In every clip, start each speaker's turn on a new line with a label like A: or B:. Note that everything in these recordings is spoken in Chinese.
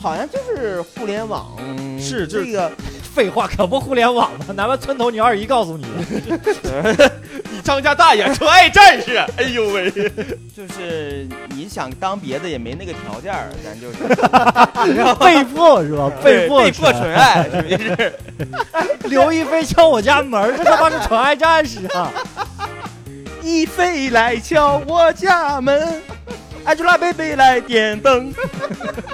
A: 好像就是互联网
B: 嗯
C: 是就是
A: 这个，
C: 废话，可不互联网吗？南湾村头你二姨告 诉你，
D: 你张家大爷纯爱战士，哎呦喂！
A: 就是你想当别的也没那个条件儿，咱就是
C: 被迫是吧？
A: 对
C: 迫
A: 被
C: 被
A: 迫纯爱，属于是。
C: 刘亦菲敲我家门儿，这他妈是纯爱战士啊！
A: 一飞来敲我家门，Angelababy 来点灯。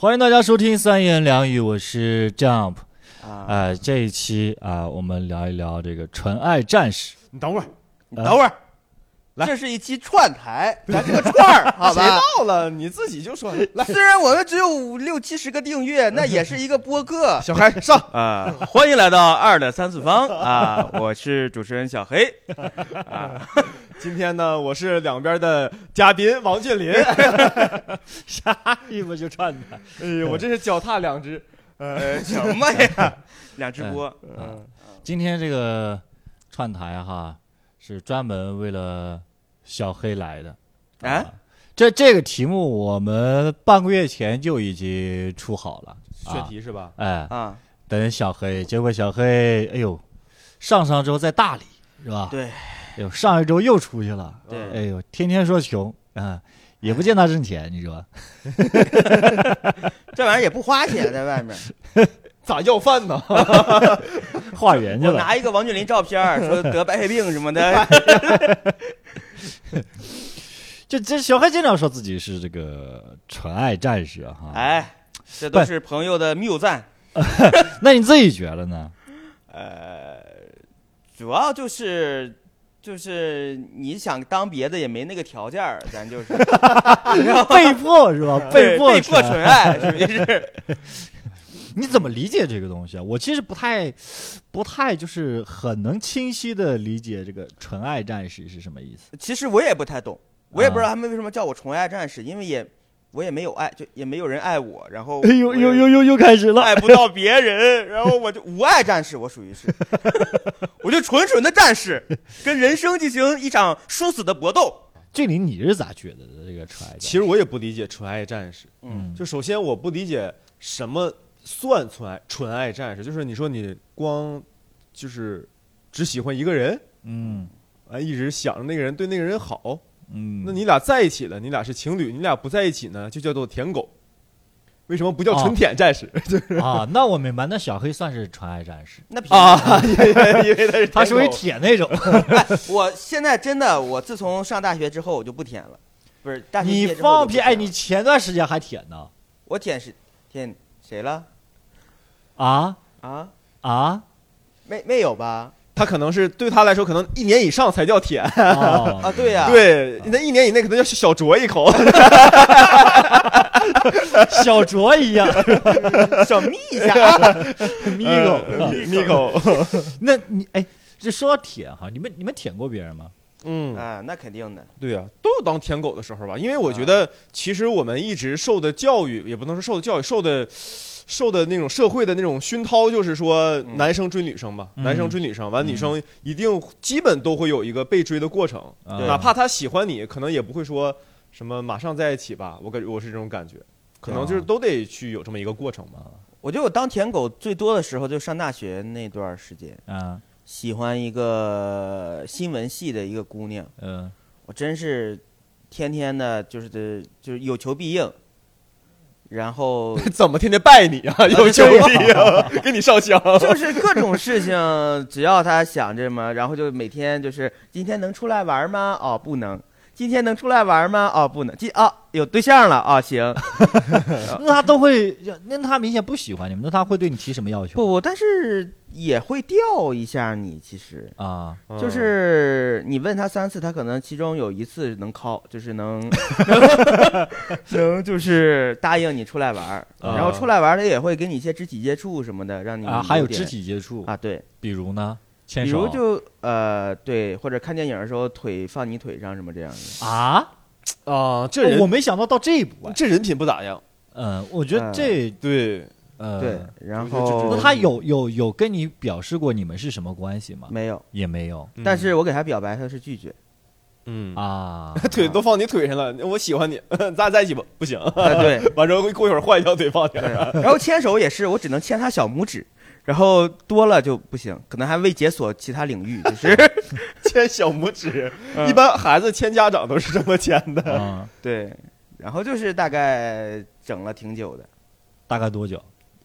C: 欢迎大家收听三言两语，我是 Jump。
A: 啊，
C: 哎，这一期啊、我们聊一聊这个纯爱战士。
D: 你等会儿，
A: 你等会儿，
D: 来
A: 这是一期串台，咱这个串 儿，好
D: 谁
A: 吧？
D: 到了你自己就说来，
A: 虽然我们只有五六七十个订 阅，那也是一个播 客。
D: 小黑上
A: 呃
D: 啊！欢迎来到二的三次方啊！我是主持人小黑啊。今天呢，我是两边的嘉宾王 俊林。
C: 啥鸡巴就串的？
D: 哎呦，我真是脚踏两只。
A: 呃，什么呀？两只播，
D: 嗯，
C: 哎啊今天这个串台哈，是专门为了小黑来的。啊
A: 哎，
C: 这这个题目我们半个月前就已经出好了。啊
D: 选题是吧？
C: 哎，
A: 啊，
C: 等小黑，结果小黑，哎呦，上上周在大理是吧？
A: 对，
C: 哎呦，上一周又出去了，
A: 对
C: 哎呦，天天说穷啊，也不见他挣钱，你说？
A: 这玩意儿也不花钱，在外面。
D: 咋要饭呢？
C: 化缘去
A: 我
C: 了。
A: 拿一个王俊林照片儿，说得白血病什么的，
C: 就这小黑经常说自己是这个纯爱战士啊哈。，
A: 哎，这都是朋友的谬赞。
C: 那你自己觉得 呢？
A: 呃，主要就是就是你想当别的也没那个条件儿，咱就是
C: 被迫是吧？
A: 被
C: 迫
A: 被
C: 被
A: 迫纯爱，属于是。
C: 你怎么理解这个东西啊？我其实不太、不太就是很能清晰的理解这个“纯爱战士”是什么意思。
A: 其实我也不太懂，我也不知道他们为什么叫我纯爱战士，因为也我也没有爱，就也没有人爱我，然后
C: 哎呦
A: 我
C: 呦
A: 也哎
C: 呦呦，又开始了！
A: 爱不到别人，然后我就无爱战士，我属于是， 我就纯纯的战士，跟人生进行一场殊死的搏斗。
C: 俊林，你是咋觉得的这个“纯爱战士”？
B: 其实我也不理解纯爱战士。
A: 嗯，
B: 就首先我不理解什么算纯爱纯爱战士，就是你说你光就是只喜欢一个人，
C: 嗯
B: 啊，一直想着那个人对那个人好，
C: 嗯，
B: 那你俩在一起了，你俩是情侣，你俩不在一起呢，就叫做舔狗。为什么不叫纯舔战士？
C: 啊，那我明白，那小黑算是纯爱战士，
A: 那必须
B: 啊，因为因为他是
C: 他
B: 舔
C: 属于
B: 狗
C: 铁那种。
A: 哎，我现在真的，我自从上大学之后，我就不舔了。不是，大学毕
C: 你
A: 业之后我
C: 放
A: 就不
C: 屁！
A: 舔
C: 哎，
A: 了
C: 你前段时间还铁呢
A: 我舔是舔谁了
C: 啊
A: 啊？
C: 啊！
A: 没没有吧？
B: 他可能是对他来说，可能一年以上才叫舔。
C: 哦
A: 啊，对呀、
B: 对，那一年以内可能要小酌一 口。
C: 小卓一样
A: 小眯一下 啊。
C: ，Migo。
B: 嗯米狗，
C: 啊那你哎，这说到舔哈，你们你们舔过别人吗？
B: 嗯
A: 啊，那肯定的。
B: 对呀、都有当舔狗的时候吧，因为我觉得其实我们一直受的教育，也不能说受的教育，受的受的那种社会的那种熏陶，就是说
A: 嗯
B: 男生追女生嘛，
C: 嗯
B: 男生追女生，完
C: 嗯
B: 女生一定基本都会有一个被追的过程，
C: 啊
B: 哪怕她喜欢你，可能也不会说什么马上在一起吧，我感我是这种感觉，可能
C: 啊
B: 就是都得去有这么一个过程嘛。
A: 我觉得我当舔狗最多的时候，就上大学那段时间，
C: 啊
A: 喜欢一个新闻系的一个姑娘，
C: 嗯
A: 我真是天天的，就是的，就是有求必应。然后
B: 怎么天天拜你啊？ 有兄弟啊，给你烧香。
A: 就是各种事情，只要他想着嘛，然后就每天就是今天能出来玩吗？哦，不能。今天能出来玩吗？哦，不能。今啊、有对象了啊、哦，行。
C: 那他都会，那他明显不喜欢你们，那他会对你提什么要求？
A: 不不，但是也会吊一下你。其实
C: 啊，
B: 嗯
A: 就是
C: 嗯
A: 你问他三次，他可能其中有一次能 call，就是 能能就是答应你出来玩儿，
C: 啊
A: 然后出来玩儿他也会给你一些肢体接触什么的，让你
C: 啊，还有
A: 嗯点
C: 肢体接触，
A: 啊，对。
C: 比如呢，牵
A: 比
C: 手，
A: 如就呃对，或者看电影的时候腿放你腿上什么这样的。
C: 啊，
B: 啊，这人
C: 哦我没想到到这一步哎。
B: 这人品不咋样。
C: 嗯，我觉得
A: 嗯
C: 这
B: 对，
C: 呃，
A: 对，，然
B: 就就就
A: 后
C: 那他有有有跟你表示过你们是什么关系吗？
A: 没有？
C: 也没有
B: 嗯
A: 但是我给他表白，他是拒绝。
B: 嗯，，
C: 啊
B: 腿都放你腿上了，我喜欢你， 咱俩在一起吧？不行，
A: 啊对
B: 完之后过一会儿换一条腿放你。
A: 对，然后牵手也是，我只能牵他小拇指，然后多了就不行，可能还未解锁其他领域，就是
B: 牵小拇指，一般孩子牵家长都是这么牵的。
C: 啊，
A: 对，然后就是大概整了挺久的，
C: 大概多久？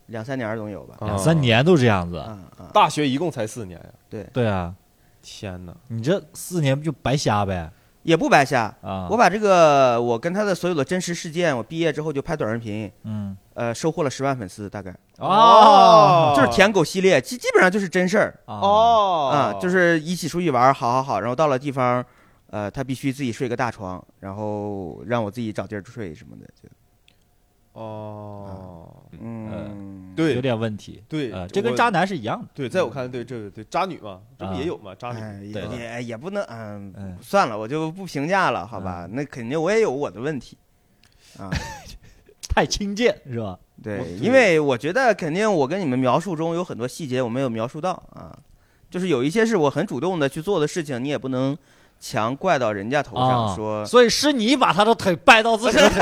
A: 两三年儿总有吧。
C: 两三，年都这样
A: 啊
C: 子。
A: 啊，
B: 嗯大学一共才四年呀！
C: 对啊，
B: 天哪，
C: 你这四年不就白瞎呗？
A: 也不白瞎。
C: 啊，
A: 我把这个我跟他的所有的真实事件，我毕业之后就拍短视频，
C: 嗯，
A: 呃，收获了十万粉丝，大概
C: 哦
A: 就是舔狗系列，基基本上就是真事儿
C: 哦，
B: 哦
A: 啊，就是一起出去玩儿，好好好，然后到了地方，呃，他必须自己睡个大床，然后让我自己找地儿睡什么的，就
B: 哦，
A: 嗯，
C: 有
B: 呃对
C: 点问题。
B: 对
C: 呃，这跟渣男是一样的。
B: 对，在我看来，对这对渣女嘛，这不
C: 啊
B: 也有嘛？渣女，
A: 哎，也
C: 对
A: 也也不能，嗯，
C: 嗯
A: 算了，我就不评价了，好吧？那肯定我也有我的问题，啊，
C: 太轻贱是吧？
A: 对
B: 我，
A: 因为我觉得肯定我跟你们描述中有很多细节我没有描述到啊，就是有一些是我很主动的去做的事情，你也不能强怪到人家头上
C: 啊，
A: 说。
C: 所以是你把他的腿掰到自己的腿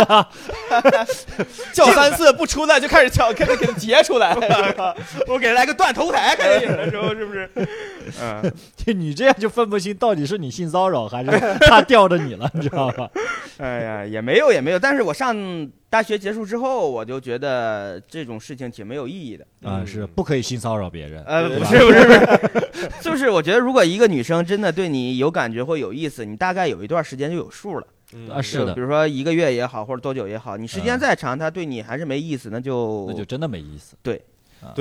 C: 上，
B: 叫三次不出来就开始叫，开始给他截 出来。
A: 我给他来个断头台，开始演的时候是不是？嗯，
C: 你这样就分不清到底是你性骚扰还是他吊着你了，你知道 吧？
A: 哎呀，也没有也没有，但是我上大学结束之后，我就觉得这种事情挺没有意义的。
C: 啊，
B: 嗯
C: 是不可以性骚扰别人。
B: 哎
A: 呃，
C: 对
A: 不
C: 吧
A: 是不是不是，就是我觉得如果一个女生真的对你有感觉或有意思，你大概有一段时间就有数了。
B: 嗯
C: 啊是的
A: 就比如说一个月也好，或者多久也好，你时间
C: 嗯
A: 再长，她对你还是没意思，那就
C: 那就真的没意思。
B: 对，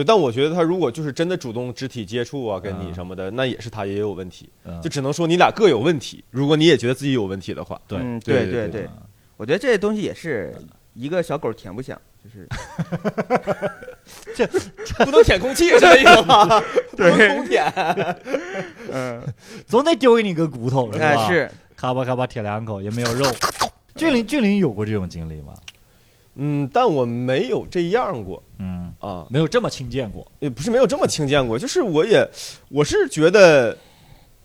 B: 但我觉得他如果就是真的主动肢体接触啊，跟你
C: 啊
B: 什么的，那也是他也有问题，
C: 嗯
B: 就只能说你俩各有问题。如果你也觉得自己有问题的话，
C: 对
A: 嗯，
B: 对
A: 对对
B: 对
A: 对，我觉得这东西也是一个小狗舔不响，就是
B: 不能舔空气是这意思吗？不能空舔。
A: 嗯，
C: 总得丢给你个骨头是 吧？
A: 哎，是
C: 咔吧咔吧舔两口也没有 肉。俊林，俊林有过这种经历吗？
B: 嗯，但我没有这样过
C: 嗯，
B: 啊，
C: 没有这么轻贱过。
B: 也不是没有这么轻贱过，就是我也我是觉得，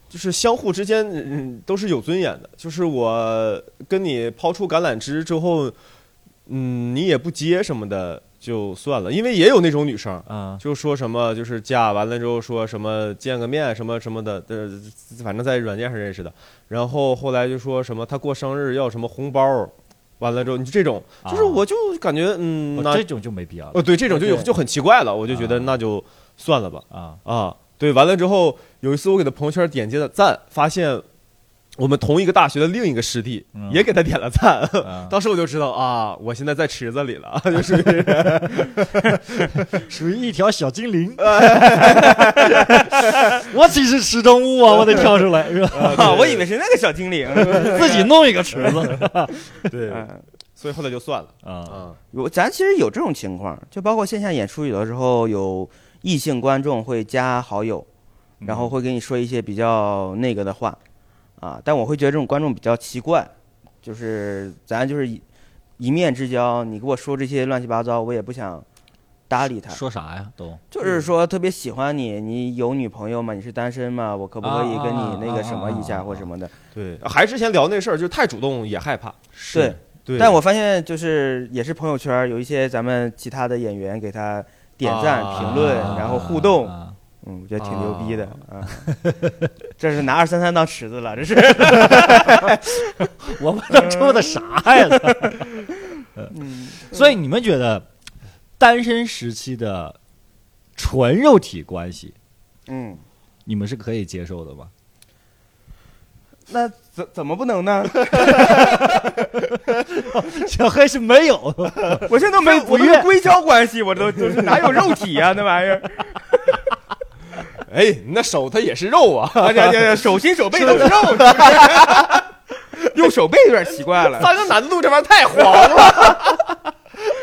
B: 就是相互之间嗯都是有尊严的，就是我跟你抛出橄榄枝之后，嗯，你也不接什么的就算了，因为也有那种女生。
C: 啊
B: 就说什么就是嫁完了之后说什么见个面什么什么的，呃，反正在软件上认识的。然后后来就说什么他过生日要什么红包，完了之后你这种，就是
C: 啊
B: 我就感觉嗯，
C: 哦
B: 那
C: 这种就没必要了
B: 哦，对，这种就有
A: 对
B: 就很奇怪了，我就觉得
C: 啊
B: 那就算了吧。
C: 啊
B: 啊，对，完了之后有一次我给他朋友圈点击了赞，发现我们同一个大学的另一个师弟、
C: 嗯
B: 也给他点了赞，
C: 啊
B: 当时我就知道啊，我现在在池子里 了，就是
C: 属于一条小精 灵。我岂是池中物 啊！我得跳出来是 吧？
A: 啊，我以为是那个小精灵，
C: 自己弄一个池 子
B: 对，
A: 嗯
B: 所以后来就算了
C: 啊
B: 啊，
A: 我咱其实有这种情况，就包括线下演出，有的时候有异性观众会加好友，
C: 嗯
A: 然后会跟你说一些比较那个的话，啊，但我会觉得这种观众比较奇怪，就是咱就是一一面之交，你给我说这些乱七八糟，我也不想搭理他。
C: 说啥呀？都
A: 就是说特别喜欢你，你有女朋友吗？你是单身吗？我可不可以跟
C: 啊啊
A: 你那个什么
C: 啊啊
A: 一下
C: 啊
A: 或什么的？
B: 对，还是之前聊那事儿，就是太主动也害怕，
A: 对，
B: 对，
A: 但我发现就是也是朋友圈儿有一些咱们其他的演员给他点赞、
B: 啊
A: 评论，然后互动，
C: 啊
A: 嗯，我觉得挺牛逼的啊。这是拿二三三当池子了，这是。
C: 我们都抽的啥 呀？
A: 嗯，
C: 所以你们觉得单身时期的纯肉体关系，
A: 嗯，
C: 你们是可以接受的吗？
A: 那怎怎么不能呢？
C: 小黑是没有，
A: 我现在都没有，
C: 非不
A: 我都
C: 愿
A: 是硅交关系，我都就是哪有肉体啊，那玩意儿，
B: 哎，你那手它也是肉 啊，
A: 而且而且 手心手背都是肉，是不是 用手背有点奇怪 了。
B: 三个难度这玩意儿太黄了。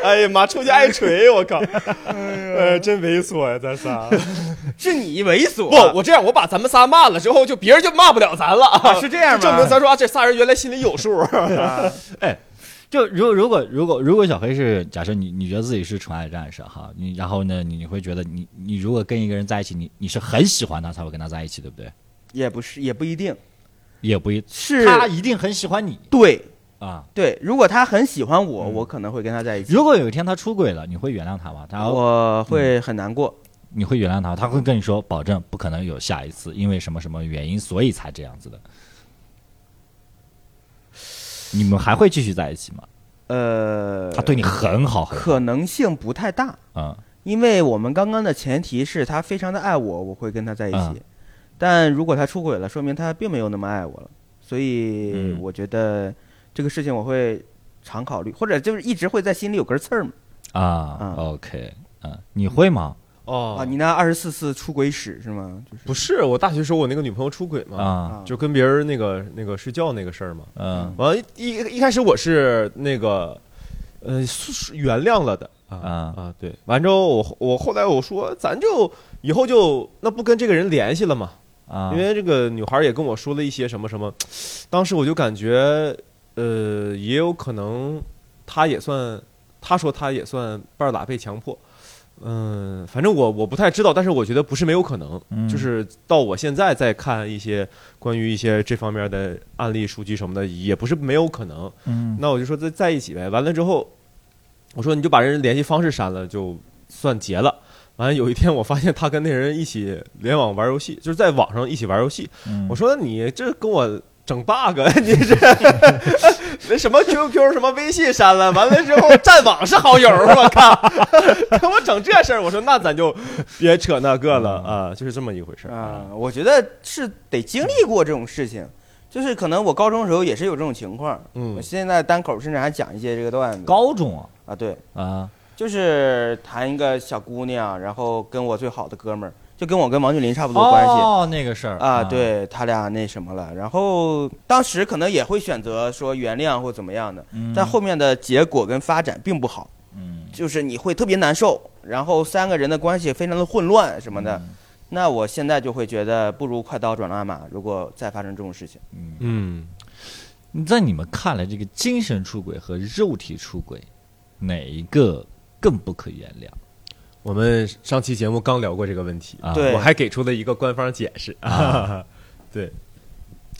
B: 哎呀妈，出去挨锤！我靠，呃，真猥琐呀，咱仨。
A: 是你猥琐，
B: 不，我这样，我把咱们仨骂了之后，就别人就骂不了咱了啊
A: 啊是这样吗？
B: 证明咱说啊，这仨人原来心里有数。
A: 啊
C: 就如如果如果如果小黑是假设你你觉得自己是纯爱战士哈，你然后呢你你会觉得你你如果跟一个人在一起，你你是很喜欢他才会跟他在一起，对不对？
A: 也不是，也不一定。
C: 也不一，
A: 是
C: 他一定很喜欢你
A: 对
C: 啊。
A: 对，如果他很喜欢我，
C: 嗯
A: 我可能会跟他在一起，
C: 如果有一天他出轨了，你会原谅他吗？他
A: 我会很难过。
C: 你会原谅他，他会跟你说保证不可能有下一次，因为什么什么原因，所以才这样子的。你们还会继续在一起吗？
A: 呃，
C: 啊他对你很好，很好
A: 可能性不太大，
C: 嗯
A: 因为我们刚刚的前提是他非常的爱我，我会跟他在一起。
B: 啊
C: 嗯
A: 但如果他出轨了，说明他并没有那么爱我了。所以
C: 嗯
A: 我觉得这个事情我会常考虑，或者就是一直会在心里有根刺儿嘛。
C: 啊
A: 嗯
C: ，OK，嗯，你会吗？
B: 哦
A: 啊，你那二十四次出轨史是吗？就是
B: 不是我大学时候我那个女朋友出轨
A: 嗯
B: 嘛，
C: 啊，
B: 就跟别人那个那个睡觉那个事儿嘛。
C: 嗯
B: 完了一一一开始我是那个呃是原谅了的啊
C: 啊
B: 啊，对。完之后我我后来我说咱就以后就那不跟这个人联系了嘛，
C: 啊，
A: 嗯
B: 因为这个女孩也跟我说了一些什么什么，当时我就感觉，呃，也有可能，她也算，她说她也算半拉被强迫，嗯、反正我我不太知道，但是我觉得不是没有可能，
C: 嗯
B: 就是到我现在在看一些关于一些这方面的案例数据什么的，也不是没有可能。
C: 嗯
B: 那我就说再在一起呗，完了之后，我说你就把人联系方式删了，就算结了。完了有一天我发现他跟那人一起联网玩游戏，就是在网上一起玩游戏，
C: 嗯
B: 我说你这跟我整 bug，你 这那什么 QQ 什么微信删了，完了之后战网是好友，我靠， 跟我整这事儿，我说那咱就别扯那个了啊，就是这么一回事儿
A: 啊、我觉得是得经历过这种事情，就是可能我高中的时候也是有这种情况。我
B: 嗯
A: 现在单口甚至还讲一些这个段子。
C: 高中
A: 啊，对，
C: 啊
A: 就是谈一个小姑娘，然后跟我最好的哥们儿，就跟我跟王俊林差不多关系。
C: 哦，那个事儿
A: 啊，，对他俩那什么了，然后当时可能也会选择说原谅或怎么样的，
C: 嗯
A: 但后面的结果跟发展并不好，
C: 嗯
A: 就是你会特别难受，然后三个人的关系非常的混乱什么的。
C: 嗯
A: 那我现在就会觉得不如快刀斩乱麻，如果再发生这种事情，
C: 嗯，
B: 嗯，
C: 在你们看来，这个精神出轨和肉体出轨，哪一个更不可原谅
B: 我们上期节目刚聊过这个问题
C: 啊？
A: 对
B: 我还给出了一个官方解释
C: 啊，
B: 对，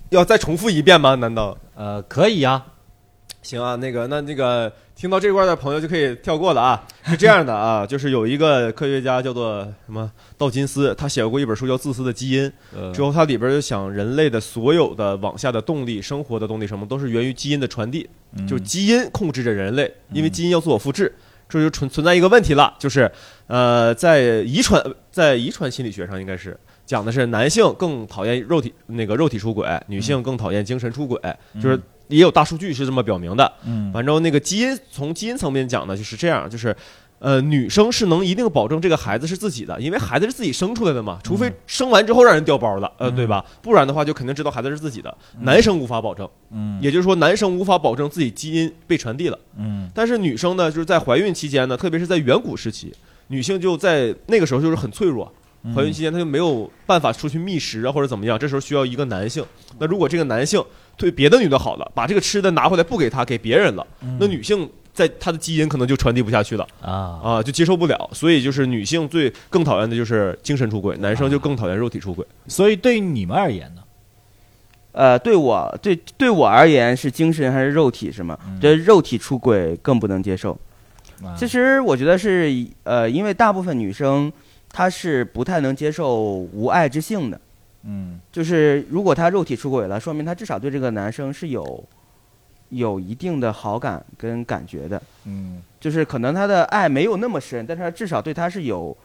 B: 要再重复一遍吗？难道？
C: 呃，可以啊，
B: 行啊，那个那那个听到这块儿的朋友就可以跳过了啊。是这样的啊，就是有一个科学家叫做什么道金斯，他写过一本书叫《自私的基因》，
C: 呃
B: 之后他里边就想人类的所有的往下的动力、生活的动力什么，都是源于基因的传递，就
C: 嗯
B: 基因控制着人类，因为基因要自我复制。这就存存在一个问题了，就是呃，在遗传在遗传心理学上应该是。讲的是男性更讨厌肉体那个肉体出轨，女性更讨厌精神出轨，就是也有大数据是这么表明的。
C: 嗯
B: 反正那个基因从基因层面讲呢，就是这样，就是。呃，女生是能一定保证这个孩子是自己的，因为孩子是自己生出来的嘛，除非生完之后让人掉包了，呃，对吧？不然的话就肯定知道孩子是自己的。男生无法保证，
C: 嗯
B: 也就是说男生无法保证自己基因被传递了。
C: 嗯
B: 但是女生呢，就是在怀孕期间呢，特别是在远古时期，女性就在那个时候就是很脆弱，
C: 嗯
B: 怀孕期间她就没有办法出去觅食啊或者怎么样，这时候需要一个男性。那如果这个男性对别的女的好了，把这个吃的拿回来不给她，给别人了，
C: 嗯
B: 那女性。在她的基因可能就传递不下去了
C: 啊
B: 啊，就接受不了，所以就是女性最更讨厌的就是精神出轨，男生就更讨厌肉体出轨。
C: 所以对于你们而言呢，
A: 呃，对我对对我而言是精神还是肉体是吗？
C: 嗯
A: 这肉体出轨更不能接受。
C: 啊
A: 其实我觉得是以呃，因为大部分女生她是不太能接受无爱之性的，
C: 嗯
A: 就是如果她肉体出轨了，说明她至少对这个男生是有有一定的好感跟感觉的，
C: 嗯
A: 就是可能她的爱没有那么深，但是她至少对他是有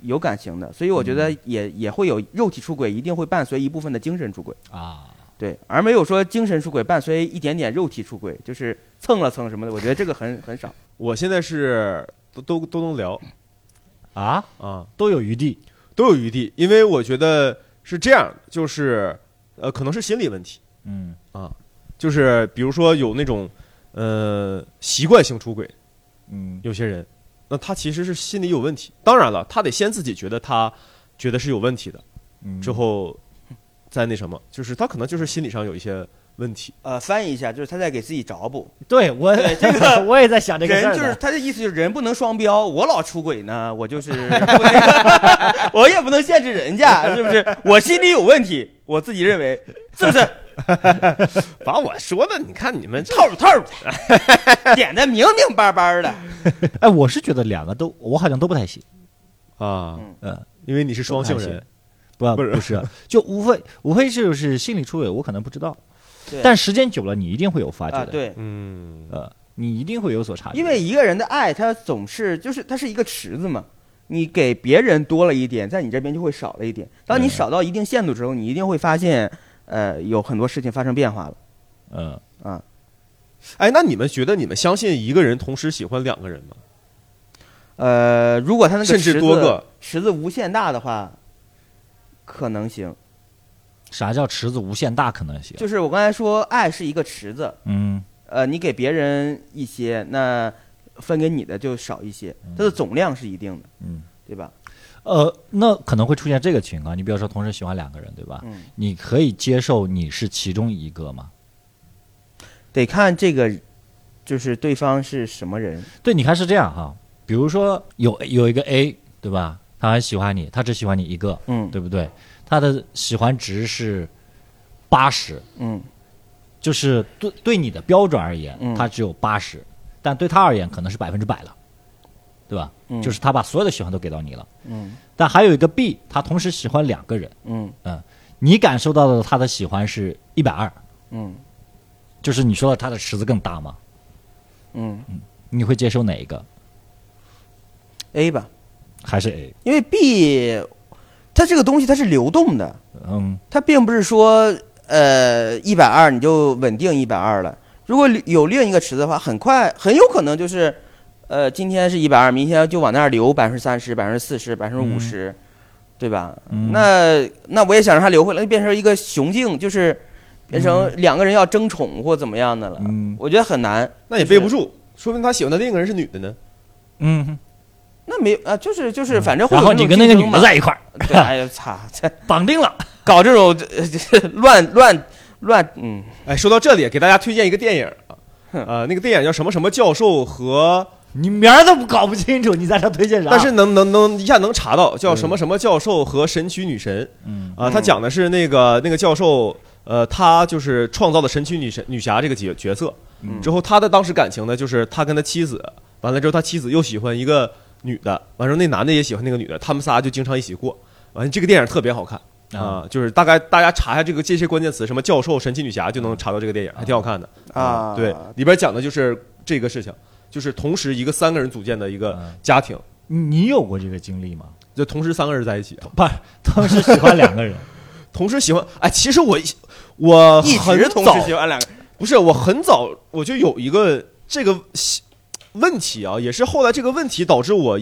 A: 有感情的，所以我觉得也、也会有肉体出轨，一定会伴随一部分的精神出轨，
C: 啊
A: 对，而没有说精神出轨伴随一点点肉体出轨，就是蹭了蹭什么的，我觉得这个很很少。
B: 我现在是都都都能聊
C: 啊
B: 啊，
C: 都有余地
B: 都有余地，因为我觉得是这样，就是呃，可能是心理问题，
C: 嗯
B: 就是比如说有那种呃习惯性出轨，
C: 嗯
B: 有些人，那他其实是心理有问题。当然了，他得先自己觉得他觉得是有问题的，
C: 嗯
B: 之后再那什么，就是他可能就是心理上有一些问题。
A: 呃，翻译一下，就是他在给自己找补，
C: 对我
A: 对这个
C: 我也在想这个事
A: 人
C: 儿
A: 就是
C: 呢
A: 他的意思就是人不能双标，我老出轨 呢，我就是不那 个我也不能限制人家，是不是？我心里有问题，我自己认为是不是？
B: 把我说的，你看你们这
A: 透着透 着的，点的明明白白的。
C: 哎，我是觉得两个都，我好像都不太行。
B: 啊
A: 嗯，
C: 嗯，
B: 因为你是双性
C: 都还
B: 人
C: 行，不
B: 不是
C: 不是，就无非无非是就是心理出轨，我可能不知道
A: 对，
C: 但时间久了你一定会有发觉
A: 啊，
C: 的，
A: 对，
B: 嗯，
C: 呃，你一定会有所察觉，
A: 因为一个人的爱，他总是就是它是一个池子嘛，你给别人多了一点，在你这边就会少了一点。当你
C: 嗯
A: 少到一定限度之后，你一定会发现，呃，有很多事情发生变化了
C: 嗯，
A: 啊。
B: 哎，那你们觉得你们相信一个人同时喜欢两个人吗？
A: 呃，如果他那个
B: 甚
A: 池
B: 至
A: 子
B: 多个
A: 池子无限大的话，可能行。
C: 啥叫池子无限大可能性？
A: 就是我刚才说，爱是一个池子，
C: 嗯，
A: 呃，你给别人一些，那分给你的就少一些，它的总量是一定的，
C: 嗯，
A: 对吧？
C: 呃，那可能会出现这个情况，你比如说同时喜欢两个人，对吧？
A: 嗯，
C: 你可以接受你是其中一个吗？
A: 得看这个，就是对方是什么人。
C: 对，你看是这样哈，比如说有有一个 A，对吧？他很喜欢你，他只喜欢你一个，
A: 嗯，
C: 对不对？他的喜欢值是八十，
A: 嗯，
C: 就是对对你的标准而言
A: 嗯，
C: 他只有八十、但对他而言可能是百分之百了，对吧？
A: 嗯
C: 就是他把所有的喜欢都给到你了。
A: 嗯
C: 但还有一个 B，他同时喜欢两个人，
A: 嗯
C: 嗯，你感受到的他的喜欢是一百二，
A: 嗯
C: 就是你说的他的池子更大吗？
A: 嗯
C: 你会接受哪一个？
A: ，A 吧，
C: 还是 A？
A: 因为 B，它这个东西它是流动的，
C: 嗯，
A: 它并不是说呃一百二你就稳定一百二了。如果有另一个池子的话，很快很有可能就是，呃，今天是一百二，明天就往那儿流百分之三十、百分之四十、百分之五十，对吧？
C: 嗯
A: 那那我也想让它流回来，就变成一个雄竞，就是变成两个人要争宠或怎么样的了。
C: 嗯
A: 我觉得很难。
B: 那也
A: 就是
B: 背不住，说明他喜欢的另一个人是女的呢。
C: 嗯，
A: 那没啊，就是就是，反正会
C: 然
A: 有
C: 后
A: 这
C: 你
A: 种
C: 跟那个
A: 竞争
C: 女的
A: 嘛
C: 在一块儿，
A: 对，哎呀，操，这
C: 绑定了，
A: 搞这种呃乱乱乱，嗯，
B: 哎，说到这里，给大家推荐一个电影啊，呃，那个电影叫什么什么教授和，
C: 你名儿都不搞不清楚，你在这推荐啥？
B: 但是能能能一下能查到叫什么什么教授和神曲女神
C: 嗯，
B: 啊，他讲的是那个那个教授，呃，他就是创造了神曲女神女侠这个角角色
A: 嗯
B: 之后，他的当时感情呢，就是他跟他妻子，完了之后他妻子又喜欢一个女的，完了之后那男的也喜欢那个女的，他们仨就经常一起过，完了这个电影特别好看。啊，就是大概大家查一下这个这些关键词，什么教授、神奇女侠，就能查到这个电影，还挺好看的
A: 嗯
C: 嗯
A: 啊
B: 对，里边讲的就是这个事情，就是同时一个三个人组建的一个
C: 嗯
B: 家庭，
C: 你你有过这个经历吗？
B: 就同时三个人在一起，
C: 不是，当时喜欢两 个人，
B: 同时喜欢。哎，其实我一我
A: 一
B: 很
A: 直同
B: 早
A: 时喜欢两个人，
B: 不是我很早我就有一个这个喜问题啊，也是后来这个问题导致我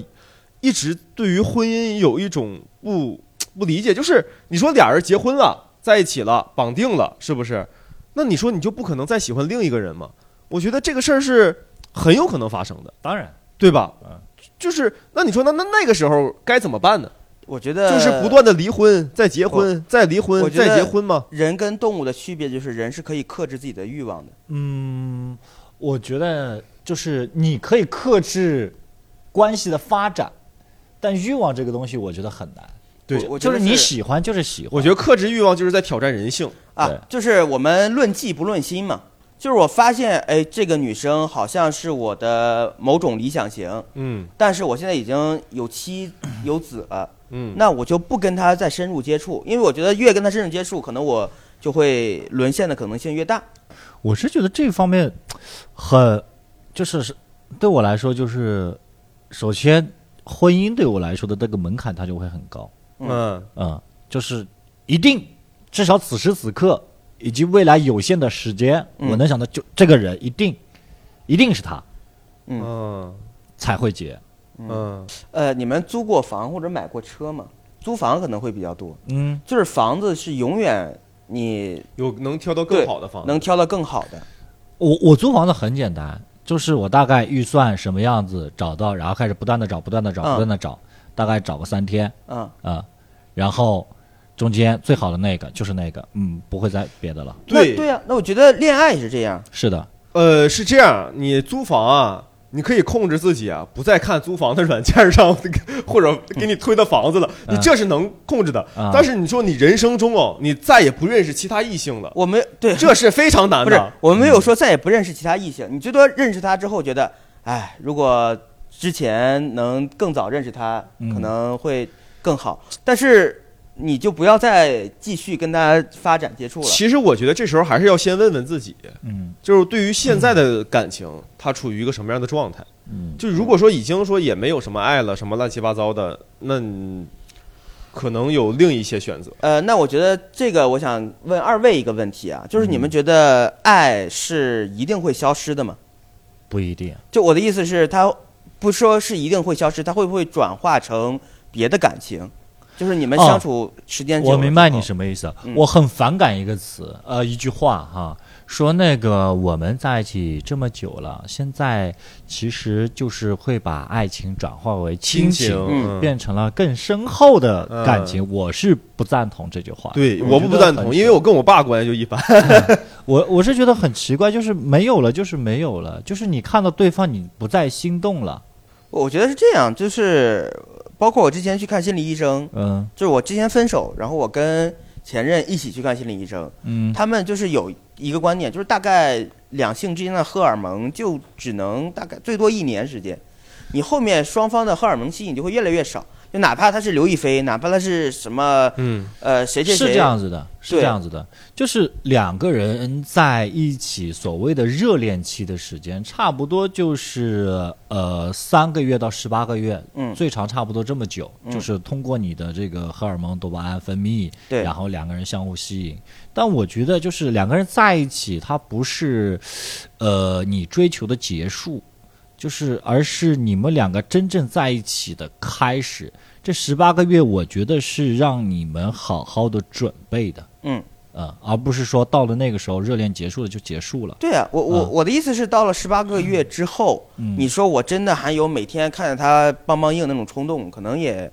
B: 一直对于婚姻有一种不不理解，就是你说俩人结婚了，在一起了，绑定了，是不是？那你说你就不可能再喜欢另一个人吗？我觉得这个事儿是很有可能发生的，
C: 当然，
B: 对吧
C: 嗯？
B: 就是那你说那那那个时候该怎么办呢？
A: 我觉得
B: 就是不断的离婚，再结婚，再离
A: 呃我
B: 婚，
A: 觉得
B: 再结婚吗？
A: 人跟动物的区别就是人是可以克制自己的欲望的，
C: 嗯，我觉得就是你可以克制关系的发展，但欲望这个东西，我觉得很难。
B: 对
A: 我我觉
C: 就
A: 得
C: 是
A: 是
C: 你喜欢就是喜欢，
B: 我觉得克制欲望就是在挑战人性。
A: 啊
C: 对，
A: 就是我们论迹不论心嘛。就是我发现，哎，这个女生好像是我的某种理想型，
B: 嗯
A: 但是我现在已经有 妻有子了，
B: 嗯，
A: 那我就不跟她再深入接触，因为我觉得越跟她深入接触，可能我就会沦陷的可能性越大。
C: 我是觉得这方面很，就是是对我来说，就是首先婚姻对我来说的那个门槛它就会很高，
B: 嗯
C: 嗯，就是一定至少此时此刻以及未来有限的时间，
A: 嗯
C: 我能想到就这个人一定一定是他
A: 嗯，
B: 嗯
C: 才会结，
B: 嗯
A: 呃，你们租过房或者买过车吗？租房可能会比较多，
C: 嗯，
A: 就是房子是永远你
B: 有能挑到
A: 对
B: 更好的房子，
A: 能挑到更好的。
C: 我我租房子很简单，就是我大概预算什么样子找到，然后开始不断的找，不断的找，
A: 嗯
C: 不断的找，大概找个三天。
A: 嗯，
C: 啊、然后中间最好的那个就是那个，嗯，不会再别的了。
A: 那对呀、那我觉得恋爱也是这样。
C: 是的，
B: 呃，是这样，你租房啊，你可以控制自己啊，不再看租房的软件上 或者给你推的房子了，
C: 嗯
B: 你这是能控制的。
C: 啊
B: 但是你说你人生中哦，你再也不认识其他异性了，
A: 我们对
B: 这是非常难嗯
A: 不是
B: 的。
A: 我们没有说再也不认识其他异性，你最多认识他之后觉得，哎，如果之前能更早认识他，
C: 嗯
A: 可能会更好。但是你就不要再继续跟他发展接触了。
B: 其实我觉得这时候还是要先问问自己，
C: 嗯
B: 就是对于现在的感情，它处于一个什么样的状态？
C: 嗯，
B: 就如果说已经说也没有什么爱了，什么乱七八糟的，那你可能有另一些选择。
A: 呃，那我觉得这个我想问二位一个问题啊，就是你
B: 嗯
A: 们觉得爱是一定会消失的吗？
C: 不一定。
A: 就我的意思是，它不说是一定会消失，它会不会转化成别的感情？就是你们
C: 哦
A: 相处时间久了
C: 我明白
A: 之后
C: 你什么意思
A: 嗯，
C: 我很反感一个词，呃，一句话哈，说那个我们在一起这么久了，现在其实就是会把爱情转化为亲
B: 情，
C: 情，
A: 嗯
C: 变成了更深厚的感情，我是不赞同这句话。
B: 对，
C: 嗯
B: 我不赞同，因为我跟我爸关系就一般。
C: 我我是觉得很奇怪，就是没有了，就是没有了，就是你看到对方，你不再心动了，
A: 我觉得是这样，就是包括我之前去看心理医生，
C: 嗯
A: 就是我之前分手，然后我跟前任一起去看心理医生，
C: 嗯
A: 他们就是有一个观念，就是大概两性之间的荷尔蒙就只能大概最多一年时间，你后面双方的荷尔蒙吸引就会越来越少，就哪怕他是刘亦菲，哪怕他是什么
B: 嗯，
A: 呃谁谁
C: 是
A: 谁，
C: 这样子的，是
A: 对
C: 这样子的，就是两个人在一起，所谓的热恋期的时间，差不多就是呃三个月到十八个月，
A: 嗯
C: 最长差不多这么久，
B: 嗯
C: 就是通过你的这个荷尔蒙多巴胺分泌，
A: 对
C: 然后两个人相互吸引。但我觉得就是两个人在一起，它不是呃你追求的结束，就是而是你们两个真正在一起的开始。这十八个月，我觉得是让你们好好的准备的，
A: 嗯。
C: 呃，而不是说到了那个时候热恋结束了就结束了。
A: 对啊，我我、
C: 嗯
A: 我的意思是，到了十八个月之后，
C: 嗯
A: 你说我真的还有每天看着他棒棒硬那种冲动，可能也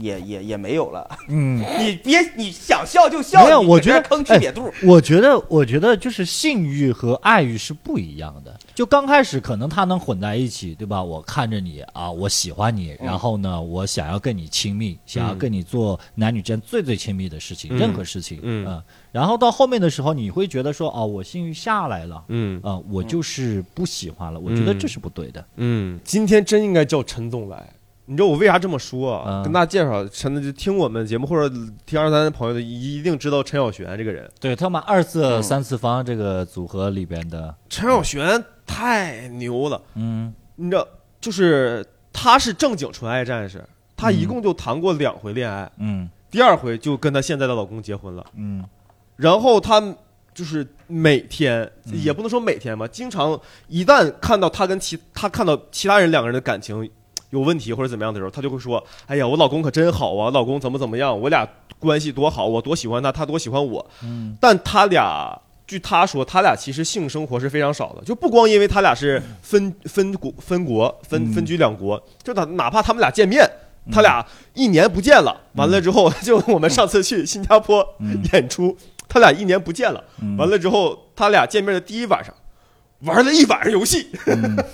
A: 也也也没有了。
C: 嗯，
A: 你别你想笑就笑，
C: 没有
A: 你
C: 我
A: 搁这
C: 觉得
A: 坑渠
C: 哎
A: 瘪肚。
C: 我觉得，我觉得就是性欲和爱欲是不一样的。就刚开始可能它能混在一起，对吧？我看着你啊，我喜欢你，
B: 嗯
C: 然后呢，我想要跟你亲密，想要跟你做男女之间最最亲密的事情，任何事情，
B: 嗯
C: 呃然后到后面的时候，你会觉得说，哦，我性欲下来了，
B: 嗯
C: 啊、我就是不喜欢了。我觉得这是不对的。
B: 嗯，今天真应该叫陈总来。你知道我为啥这么说啊？
C: 嗯
B: 跟大家介绍，陈就听我们节目或者听二三的朋友的，一定知道陈小璇这个人。
C: 对他们二次
A: 嗯
C: 三次方这个组合里边的，
B: 陈小璇太牛了，
C: 嗯
B: 你知道，就是他是正经纯爱战士，他一共就谈过两回恋爱，
C: 嗯
B: 第二回就跟她现在的老公结婚了。
C: 嗯
B: 然后她就是每天，也不能说每天吧，经常一旦看到她跟其她看到其他人两个人的感情有问题或者怎么样的时候，她就会说：“哎呀，我老公可真好啊，老公怎么怎么样，我俩关系多好，我多喜欢他，他多喜欢我。”
C: 嗯
B: 但他俩据他说，他俩其实性生活是非常少的，就不光因为他俩是分分国分国分
C: 嗯
B: 分居两国，就哪哪怕他们俩见面。他俩一年不见了，完了之后就我们上次去新加坡
C: 嗯
B: 演出，他俩一年不见了，
C: 嗯
B: 完了之后他俩见面的第一晚上，玩了一晚上游戏，
C: 嗯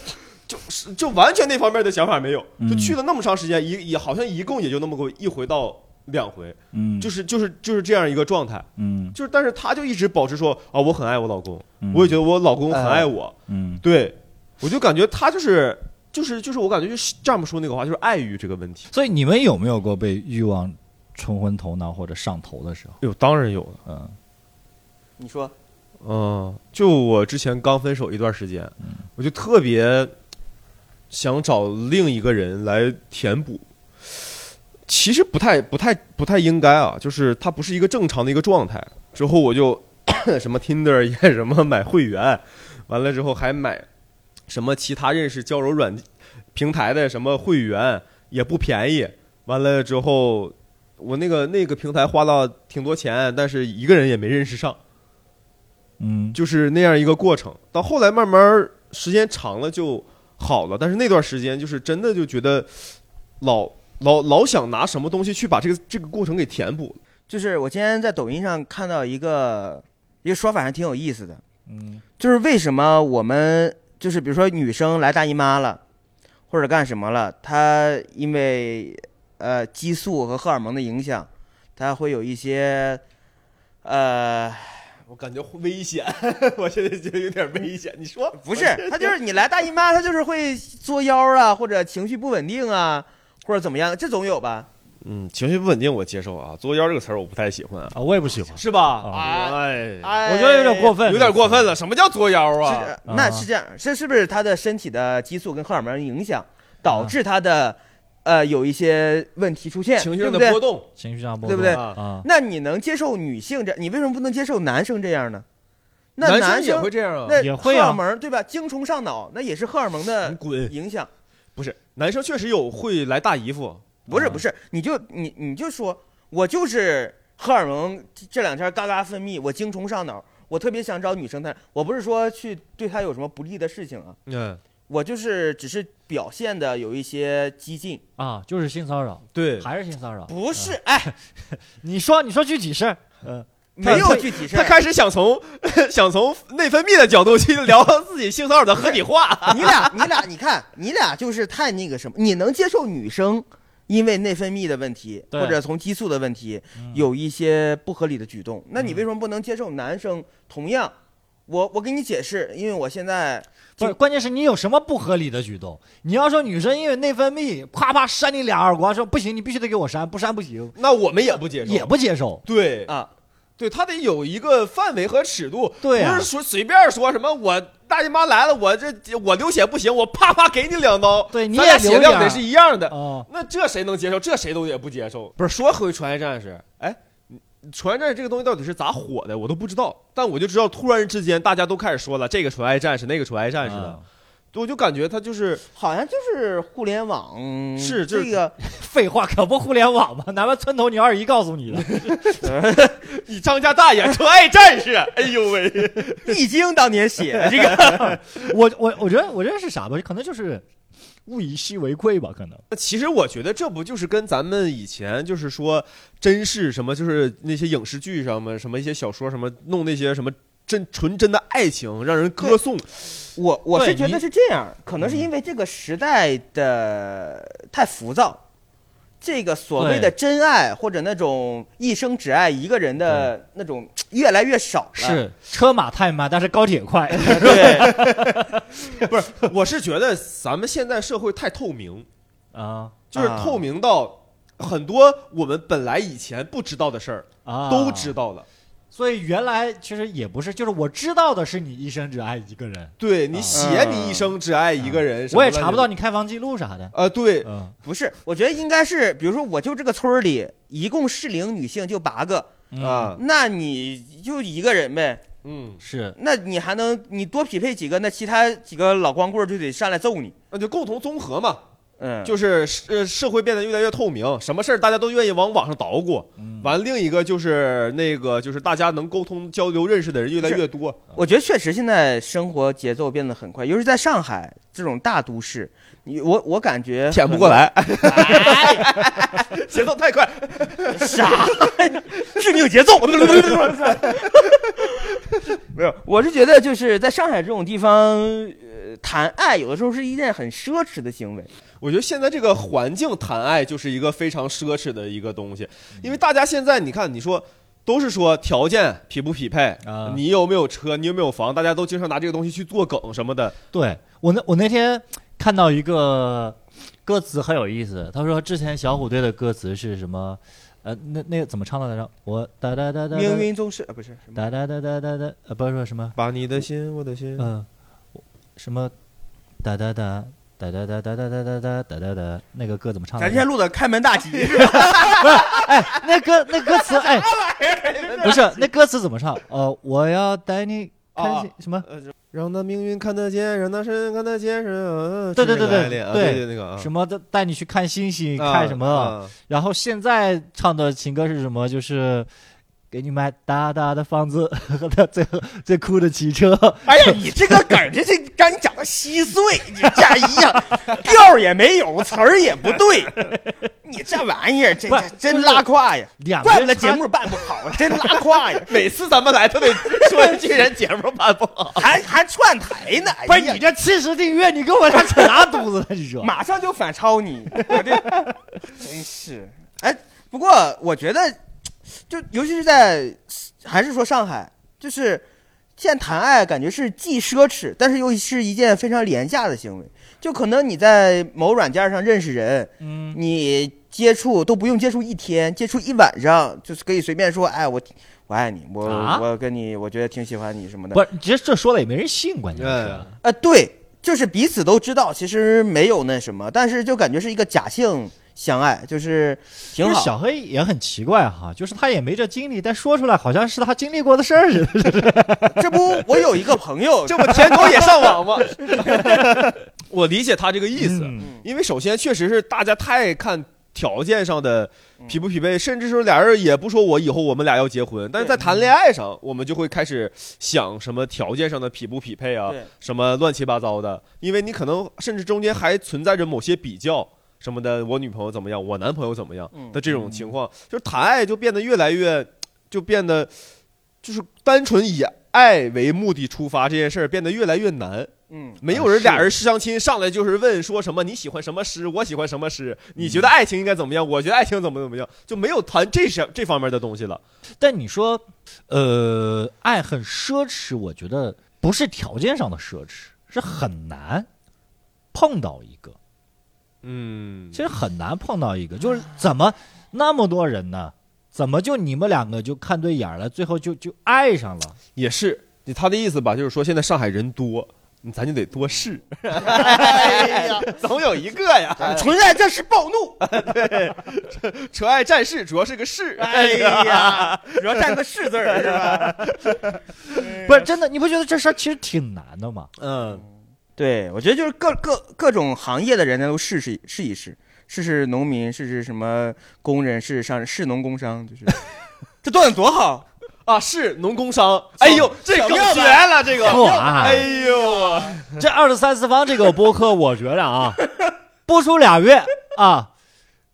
B: 就是就完全那方面的想法没有，就
C: 嗯
B: 去了那么长时间，一也好像一共也就那么个一回到两回，
C: 嗯，
B: 就是是就是就是这样一个状态。
C: 嗯
B: 就是，但是她就一直保持说啊，我很爱我老公，
C: 嗯
B: 我也觉得我老公很爱我。
C: 嗯
B: 对，我就感觉她就是就是就是我感觉就是这么说那个话，就是爱欲这个问题。
C: 所以你们有没有过被欲望冲昏头脑或者上头的时候？
B: 哎呦，当然有了。
C: 嗯
A: 你说
B: 嗯，就我之前刚分手一段时间，我就特别想找另一个人来填补。其实不太、不太、不太应该啊，就是它不是一个正常的一个状态。之后我就 什么 Tinder 也 什么买会员，完了之后还买什么其他认识交友软平台的什么会员，也不便宜。完了之后，我那个那个平台花了挺多钱，但是一个人也没认识上。
C: 嗯
B: 就是那样一个过程。到后来慢慢儿时间长了就好了，但是那段时间就是真的就觉得老老老想拿什么东西去把这个这个过程给填补。
A: 就是我今天在抖音上看到一个一个说法，还挺有意思的，
C: 嗯
A: 就是为什么我们就是比如说女生来大姨妈了，或者干什么了，她因为呃激素和荷尔蒙的影响，她会有一些呃
B: 我感觉危险， 我现在觉得有点危险。你说
A: 不是，她就是你来大姨妈，她就是会作妖啊，或者情绪不稳定啊，或者怎么样，这总有吧？
B: 嗯，情绪不稳定我接受啊，作妖这个词儿我不太喜欢，
C: 啊，我也不喜欢，
B: 是吧？
C: 啊
B: 哎，
A: 哎
C: 我觉得有点过。分，
B: 有点过分了，什么叫作妖啊？
A: 是呃那是这样，这是不是她的身体的激素跟荷尔蒙影响，
B: 啊
A: 导致她的呃有一些问题出现，
B: 情绪
A: 对
B: 上
A: 不
B: 的
A: 对
B: 波？动，
C: 情绪上波动，
A: 对不对
B: 啊
C: 啊，
A: 那你能接受女性这，你为什么不能接受男生这样呢？那生
B: 男也会这样啊？
A: 那
C: 也会
A: 荷
C: 啊
A: 尔蒙对吧？精虫上脑，那也是荷尔蒙的
B: 滚！
A: 影响。
B: 不是，男生确实有会来大姨夫，
A: 不是不是，你就你你就说，我就是荷尔蒙这两天嘎嘎分泌，我精虫上脑，我特别想找女生谈。我不是说去对她有什么不利的事情啊，
B: 嗯，
A: 我就是只是表现的有一些激进，
C: 啊，就是性骚扰，
B: 对，
C: 还是性骚扰，
A: 不是
B: 嗯
A: 哎，
C: 你说你说具体是，
A: 没
B: 他
A: 有具体事
B: 他
A: 儿。
B: 开始想从 想从内分泌的角度去聊自己性骚扰的合理化。
A: 你俩你俩你看你俩就是太那个什么，你能接受女生？因为内分泌的问题，
C: 对
A: 或者从激素的问题，
C: 嗯
A: 有一些不合理的举动，那
B: 嗯
A: 你为什么不能接受男生？同样，我我给你解释，因为我现在
C: 不是，关键是你有什么不合理的举动？你要说女生因为内分泌，啪啪扇你俩耳光，说不行，你必须得给我扇，不扇不行，
B: 那我们也不接受，
C: 也不接受。
B: 对
A: 啊，
B: 对，他得有一个范围和尺度，
C: 对啊
B: 不是说随便说什么我大姨妈来了，我这我流血不行，我啪啪给你两刀，
C: 对你
B: 咱
C: 也
B: 俩
C: 流
B: 血啊量
C: 点儿
B: 得是一样的，
C: 哦，
B: 那这谁能接受？这谁都也不接受。不是说回《传奇战士》，哎，传奇战士》这个东西到底是咋火的，我都不知道。但我就知道，突然之间大家都开始说了这个《传奇战士》，那个《传奇战士》的，
C: 嗯
B: 我就感觉他就是
A: 好像就是互联网
B: 是就是
A: 这个
C: 废话，可不互联网吗？哪怕村头你二姨告诉你的，
B: 你张家大爷《传奇战士》，哎呦喂，
A: 易经当年写 的这个，
C: 我我我觉得我觉得是啥吧？可能就是物以稀为贵吧，可能
B: 其实我觉得这不就是跟咱们以前就是说真是什么，就是那些影视剧上面什么一些小说什么弄那些什么真纯真的爱情，让人歌颂，
A: 我我是
C: 对
A: 觉
C: 你嗯
A: 得是这样，可能是因为这个时代的太浮躁，这个所谓的真爱或者那种一生只爱一个人的那种越来越少了，
C: 是车马太慢，但是高铁 快。
A: 对，
B: 不是？我是觉得咱们现在社会太透明。
C: 啊
B: 就是
A: 啊
B: 透明到很多我们本来以前不知道的事儿
C: 啊，
B: 都知。道了。
C: 所以原来其实也不是，就是我知道的是你一生只爱一个人，
B: 对你
C: 啊
B: 写你一生只爱一个人，什么
C: 我
B: 乱
C: 也
B: 七
C: 查不到。你开房记录啥的。
B: 呃，对，
C: 嗯，
A: 不是？我觉得应该是，比如说我就这个村儿里一共适龄女性就八个，
C: 嗯
B: 啊
A: 那你就一个人呗，
B: 嗯，
C: 是
A: 那你还能你多匹配几个，那其他几个老光棍儿就得上来揍你。
B: 那就共同综合嘛，
A: 嗯，
B: 就是呃社会变得越来越透明，什么事儿大家都愿意往网上捣鼓。
C: 嗯
B: 完，另一个就是那个就是大家能沟通交流认识的人越来越多。
A: 我觉得确实现在生活节奏变得很快，尤其是在上海这种大都市，你我我感觉
B: 舔不过来，哎 节奏太快，
A: 啥致命节奏。 没有，我是觉得就是在上海这种地方，呃，谈爱有的时候是一件很奢侈的行为。
B: 我觉得现在这个环境谈爱就是一个非常奢侈的一个东西，因为大家现在你看，你说都是说条件匹不匹配
C: 啊，
B: 你有没有车，你有没有房，大家都经常拿这个东西去做梗什么的。
C: 对我那我那天看到一个歌词很有意思，他说之前小虎队的歌词是什么？呃，那那个怎么唱的来着？我哒哒哒哒哒
A: 命运总是啊，不是什么
C: 哒哒哒哒哒哒，呃，不是说什么，
B: 把你的心，我的心
C: 嗯、我什么哒哒哒哒哒哒哒哒哒哒哒哒哒哒，那个歌怎么唱
A: 咱
C: 来
A: 今天
C: 着？
A: 录的开门大吉，
C: 那歌那歌词哎，不是那歌词怎么唱？呃，我要带你看
B: 啊
C: 见什么
B: 让那命运看得见，让那神看得见，是
C: 对对对对对
B: 对对那个啊
C: 什么的，带你去
B: 嗯
C: 看星星，看什么？
B: 啊
C: 然后现在唱的情歌是什么？就是给你买大大的房子和他最后最酷的骑车，
A: 哎 呀，你这个梗儿，这这让你讲的稀碎，你这一样调儿也没有，词儿也不对，你这玩意儿，这
C: 不
A: 这
C: 是
A: 真拉胯呀！
C: 两个
A: 怪不得
C: 人
A: 节
C: 他
A: 目办不好，啊 真拉胯呀，
B: 每次咱们来都得说一句人节目办不好，
A: 还还串台呢！哎
C: 不是
A: 呀
C: 你这七十订阅，你跟我俩扯啥犊子呢？你说
A: 马上就反超你，我 这真是。哎，不过我觉得，就尤其是在还是说上海，就是现在谈爱感觉是既奢侈，但是又是一件非常廉价的行为。就可能你在某软件上认识人，
C: 嗯，
A: 你接触都不用接触一天，接触一晚上，就是可以随便说，哎，我我爱你，我、
C: 啊
A: 我跟你，我觉得挺喜欢你什么的。
C: 不是，这这说了也没人信，关键是
B: 嗯
A: 啊，对，就是彼此都知道，其实没有那什么，但是就感觉是一个假性相爱，就是挺
C: 就是
A: 好。
C: 小黑也很奇怪哈，就是他也没这经历，但说出来好像是他经历过的事儿似的。
A: 这不， 我有一个朋友，
B: 这不舔狗也上网 吗？我理解他这个意思，
C: 嗯
B: 因为首先确实是大家太看条件上的匹不匹配，甚至是俩人也不说我以后我们俩要结婚，但是在谈恋爱上，我们就会开始想什么条件上的匹不匹配啊，
A: 对
B: 什么乱七八糟的，因为你可能甚至中间还存在着某些比较。什么的，我女朋友怎么样，我男朋友怎么样
A: 嗯
B: 的这种情况，就是谈爱就变得越来越，就变得就是单纯以爱为目的出发这件事儿变得越来越难。
A: 嗯，
B: 没有人俩人相亲上来就是问说什么你喜欢什么诗，我喜欢什么诗，你觉得爱情应该怎么样？我觉得爱情怎么怎么样，就没有谈这些这方面的东西了。
C: 但你说，呃，爱很奢侈，我觉得不是条件上的奢侈，是很难碰到一个，
B: 嗯
C: 其实很难碰到一个，就是怎么那么多人呢？怎么就你们两个就看对眼儿了，最后就就爱上了？
B: 也是，就他的意思吧，就是说现在上海人多，咱就得多试，
A: 哎呀，
B: 总有 一个呀。
A: 纯爱这是暴怒，
B: 纯爱战士主要是个试，
A: 哎呀，主要占个是字儿是吧？
C: 不是真的，你不觉得这事儿其实挺难的吗？
B: 嗯，
A: 对，我觉得就是各各各种行业的人呢都试试试一试，试试农民，试试什么工人，试试商人，试农工商， 就是这段子多好。
B: 啊是农工商，哎呦，这
A: 小
B: 梗
A: 妙吧
B: 绝了，这个，
C: 不啊
B: 哎呦，
C: 这二十三次方这个播客，我觉得啊，播出俩月 啊，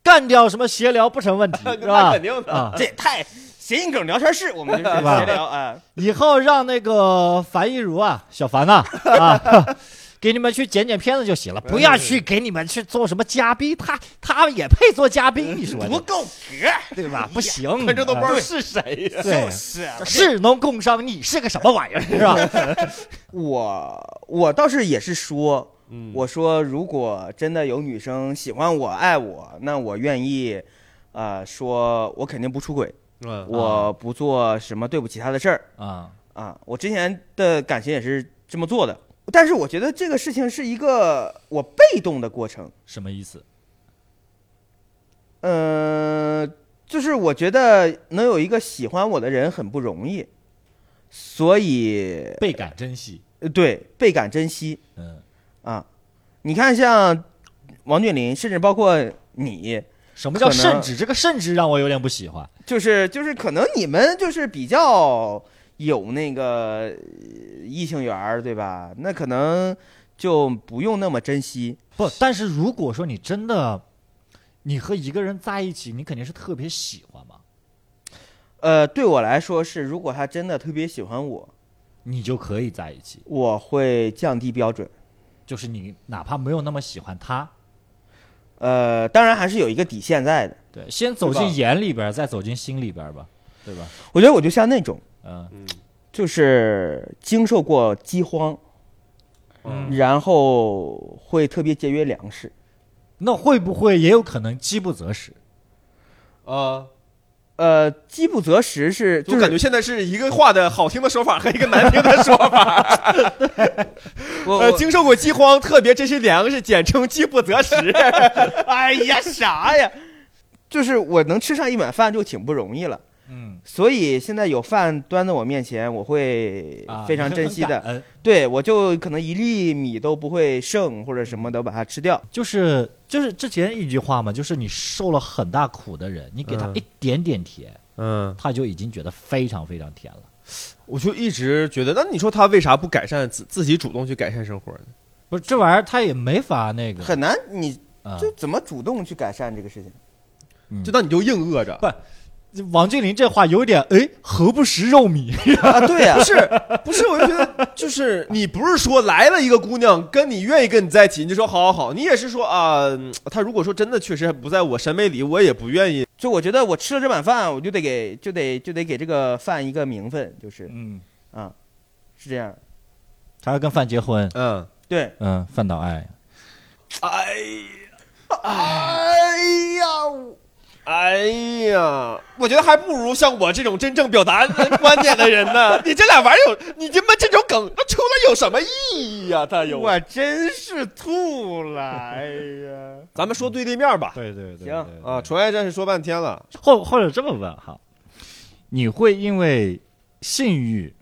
C: 干掉什么闲聊不成问题，是
B: 那
C: 吧
B: 肯？定的，
C: 啊，
A: 这也太谐音梗聊天室，我们就是
C: 是吧
A: 闲聊啊。
C: 以后让那个樊一茹啊，小樊呐啊 给你们去剪剪片子就行了，不要去给你们去做什么嘉宾，他他也配做嘉宾，
B: 嗯
C: 你说
A: 不
C: 的
A: 够格，
C: 对吧？ 不行，
B: 观众都不知道
C: 啊
B: 是谁呀。
C: 对
A: 就，是啊
C: 士农工商，你是个什么玩意儿 是吧？
A: 我我倒是也是说，
B: 嗯
A: 我说如果真的有女生喜欢我、爱我，那我愿意，呃，说我肯定不出轨，
B: 嗯
A: 我不做什么对不起她的事儿
C: 啊，
A: 啊。我之前的感情也是这么做的，但是我觉得这个事情是一个我被动的过程，
C: 什么意思？
A: 呃，就是我觉得能有一个喜欢我的人很不容易，所以
C: 倍感珍惜，
A: 呃对倍感珍惜。
C: 嗯，
A: 啊，你看像王俊霖，甚至包括你，
C: 什么叫
A: 可能
C: 甚至？这个甚至让我有点不喜欢。
A: 就是就是可能你们就是比较有那个呃异性缘儿，对吧？那可能就不用那么珍惜。
C: 不，但是如果说你真的，你和一个人在一起，你肯定是特别喜欢嘛，
A: 呃，对我来说是，如果他真的特别喜欢我，
C: 你就可以在一起。
A: 我会降低标准。
C: 就是你哪怕没有那么喜欢他，
A: 呃，当然还是有一个底线在的。
C: 对，先走
B: 对吧
C: 进眼里边儿，再走进心里边儿吧，对吧？
A: 我觉得我就像那种，
C: 嗯，
A: 就是经受过饥荒，
C: 嗯
A: 然后会特别节约粮食。
C: 那会不会也有可能饥不择食？
B: 啊，
A: 呃，饥不择食是就
B: 就是感觉现在是一个话的好听的说法和一个难听的说法。
A: 我
B: 呃，
A: 我
B: 经受过饥荒，特别珍惜粮食，简称饥不择食。
A: 哎呀啥呀，就是我能吃上一碗饭就挺不容易了，
C: 嗯，
A: 所以现在有饭端在我面前，我会
C: 啊
A: 非常珍惜 的，
C: 很感恩
A: 对我就可能一粒米都不会剩或者什么的把它吃掉。
C: 就是就是之前一句话嘛，就是你受了很大苦的人，你给他
B: 嗯
C: 一点点甜，
B: 嗯，
C: 他就已经觉得非常非常甜了。
B: 我就一直觉得，那你说他为啥不改善自自己主动去改善生活呢？
C: 不是这玩意儿，他也没法那个
A: 很难，你
C: 啊。
A: 就怎么主动去改善这个事情？
C: 嗯
B: 就那你就硬饿着
C: 不，王俊霖这话有点哎，何不食肉糜？
A: 啊，对呀、
B: 不是 不是？我就觉得就是你不是说来了一个姑娘跟你愿意跟你在一起，你就说好好好，你也是说啊，嗯她如果说真的确实不在我审美里，我也不愿意。
A: 就我觉得我吃了这碗饭，我就得给就得就得给这个饭一个名分，就是
C: 嗯，
A: 啊，是这样。
C: 他要跟范结婚，
B: 嗯，
A: 对，
C: 嗯，范岛爱，
B: 哎呀，哎呀，哎呀，我觉得还不如像我这种真正表达观点的人 呢。你这俩玩意儿有，你他妈这种梗那出来有什么意义呀、他有，
A: 真是吐了，哎呀！
B: 咱们说对立面吧。
C: 对对
A: 对行对
B: 啊，纯爱战士说半天了，
C: 或或者这么问哈，你会因为性欲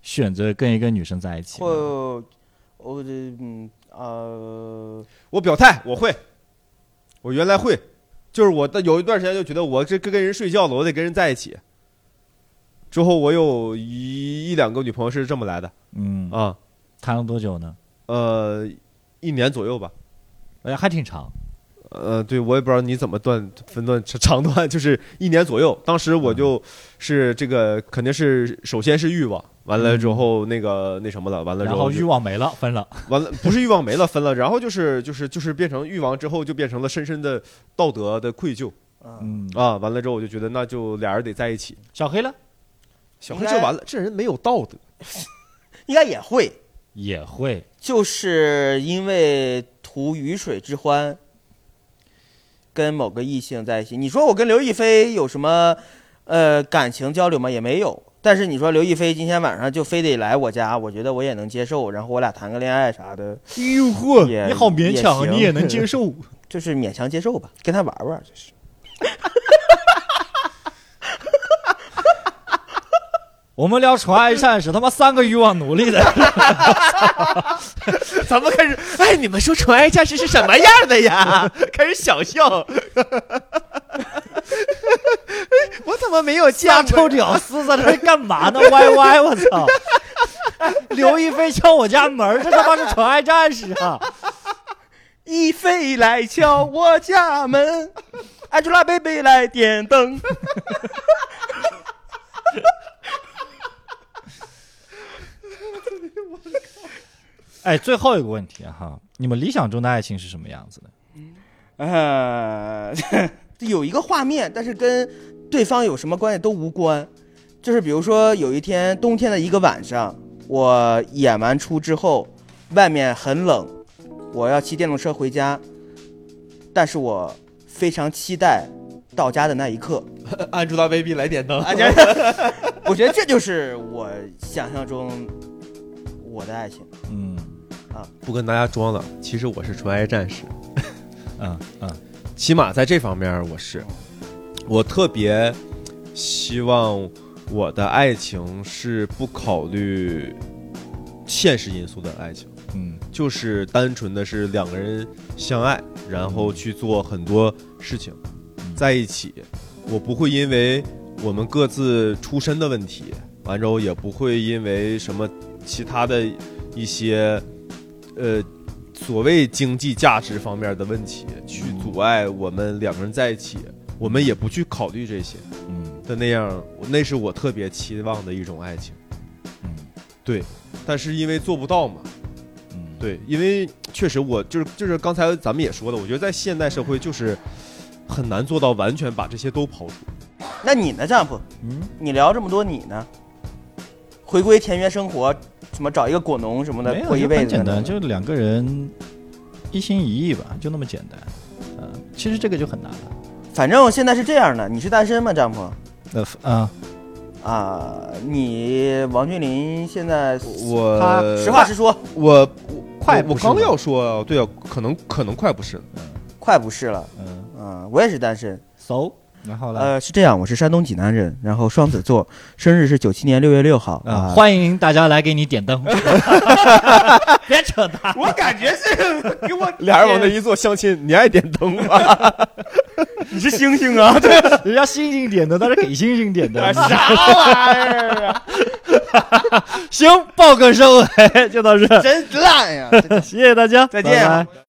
C: 选择跟一个女生在一起吗？
A: 或我这嗯呃，
B: 我表态，我会，我原来会，就是我的有一段时间就觉得我这跟跟人睡觉了，我得跟人在一起。之后我有一一两个女朋友是这么来的
C: 嗯，
B: 啊，
C: 谈了多久呢？
B: 呃，一年左右吧。
C: 哎，还挺长。
B: 呃，对，我也不知道你怎么断分段长 短，就是一年左右。当时我就是这个，肯定是首先是欲望，完了之后那个那什么了，完了之
C: 然后
B: 嗯后
C: 欲望没了，分了。
B: 完了不是欲望没了分了，然后就是就是就是变成欲望之后就变成了深深的道德的愧疚
A: 嗯，
C: 嗯，
B: 啊。完了之后我就觉得那就俩人得在一起。
C: 小黑呢
B: 小黑这完了，这人没有道德。
A: 应该也会，
C: 也会
A: 就是因为图鱼水之欢，跟某个异性在一起。你说我跟刘亦菲有什么呃感情交流吗？也没有。但是你说刘亦菲今天晚上就非得来我家，我觉得我也能接受。然后我俩谈个恋爱啥的，
C: 诱惑
A: 也
C: 哎你好勉强，啊
A: 也行
C: 你也能接受。
A: 就是勉强接受吧，跟他玩玩，就是
C: 我们聊《纯爱战士》，他妈三个欲望奴隶 的，
B: 咱们开始，哎，你们说纯爱战士是什么样的 呀？开始想象。我怎么没有见
C: 大臭屌丝在这儿干嘛呢？歪歪，我操！ 刘亦菲敲我家门儿，这他妈是《纯爱战士》啊！
A: 一飞来敲我家 门，Angelababy 来点灯。
C: 哎，最后一个问题哈，你们理想中的爱情是什么样子的？
A: 呃， 有一个画面，但是跟对方有什么关系都无关。就是比如说，有一天冬天的一个晚上，我演完出之后，外面很冷，我要骑电动车回家，但是我非常期待到家的那一刻。
B: 呃，Angelababy 来点灯。
A: 我觉得这就是我想象中我的爱情。
C: 嗯
B: 不跟大家装了，其实我是纯爱战士，
C: 嗯嗯，
B: 起码在这方面我是，我特别希望我的爱情是不考虑现实因素的爱情。
C: 嗯
B: 就是单纯的是两个人相爱，然后去做很多事情，在一起。我不会因为我们各自出身的问题，完之后也不会因为什么其他的一些呃所谓经济价值方面的问题去阻碍我们两个人在一起。我们也不去考虑这些
C: 嗯
B: 的那样，那是我特别期望的一种爱情。
C: 嗯
B: 但是因为做不到嘛，
C: 嗯，
B: 对，因为确实我就是就是刚才咱们也说了，我觉得在现代社会就是很难做到完全把这些都刨除。
A: 那你呢，丈夫？
C: 嗯，
A: 你聊这么多，你呢？回归田园生活，什么找一个果农什么的
C: 没，有，
A: 过一
C: 就
A: 辈
C: 很
A: 子
C: 简
A: 呢
C: 单，就两个人一心一意吧，就那么简单。嗯、其实这个就很难了。
A: 反正现在是这样的，你是单身吗，丈夫？
C: 那、啊，
A: 啊，你王俊霖现在
B: 我
A: 他
C: 呃
A: 实话实说，
B: 我我
C: 快
B: 我
C: 不是
B: 刚
C: 吗
B: 要说，对啊，可能可能快不是了，
A: 快不是了。
C: 嗯、
A: 嗯，我也是单身。
C: so，然后呢？
A: 呃，是这样，我是山东济南人，然后双子座，生日是九七年六月六号
C: 啊、
A: 啊。
C: 欢迎大家来给你点灯， 别扯淡。
A: 我感觉是给我
B: 俩人往那一坐相亲，你爱点灯吗？
A: 你是星星啊？对，
C: 人家星星点的，他是给星星点 的，
D: 啥玩意儿啊？
C: 行，报个收，哎就到这儿，
A: 真烂呀！
C: 谢谢大家，
A: 再见
C: 拜拜
A: 啊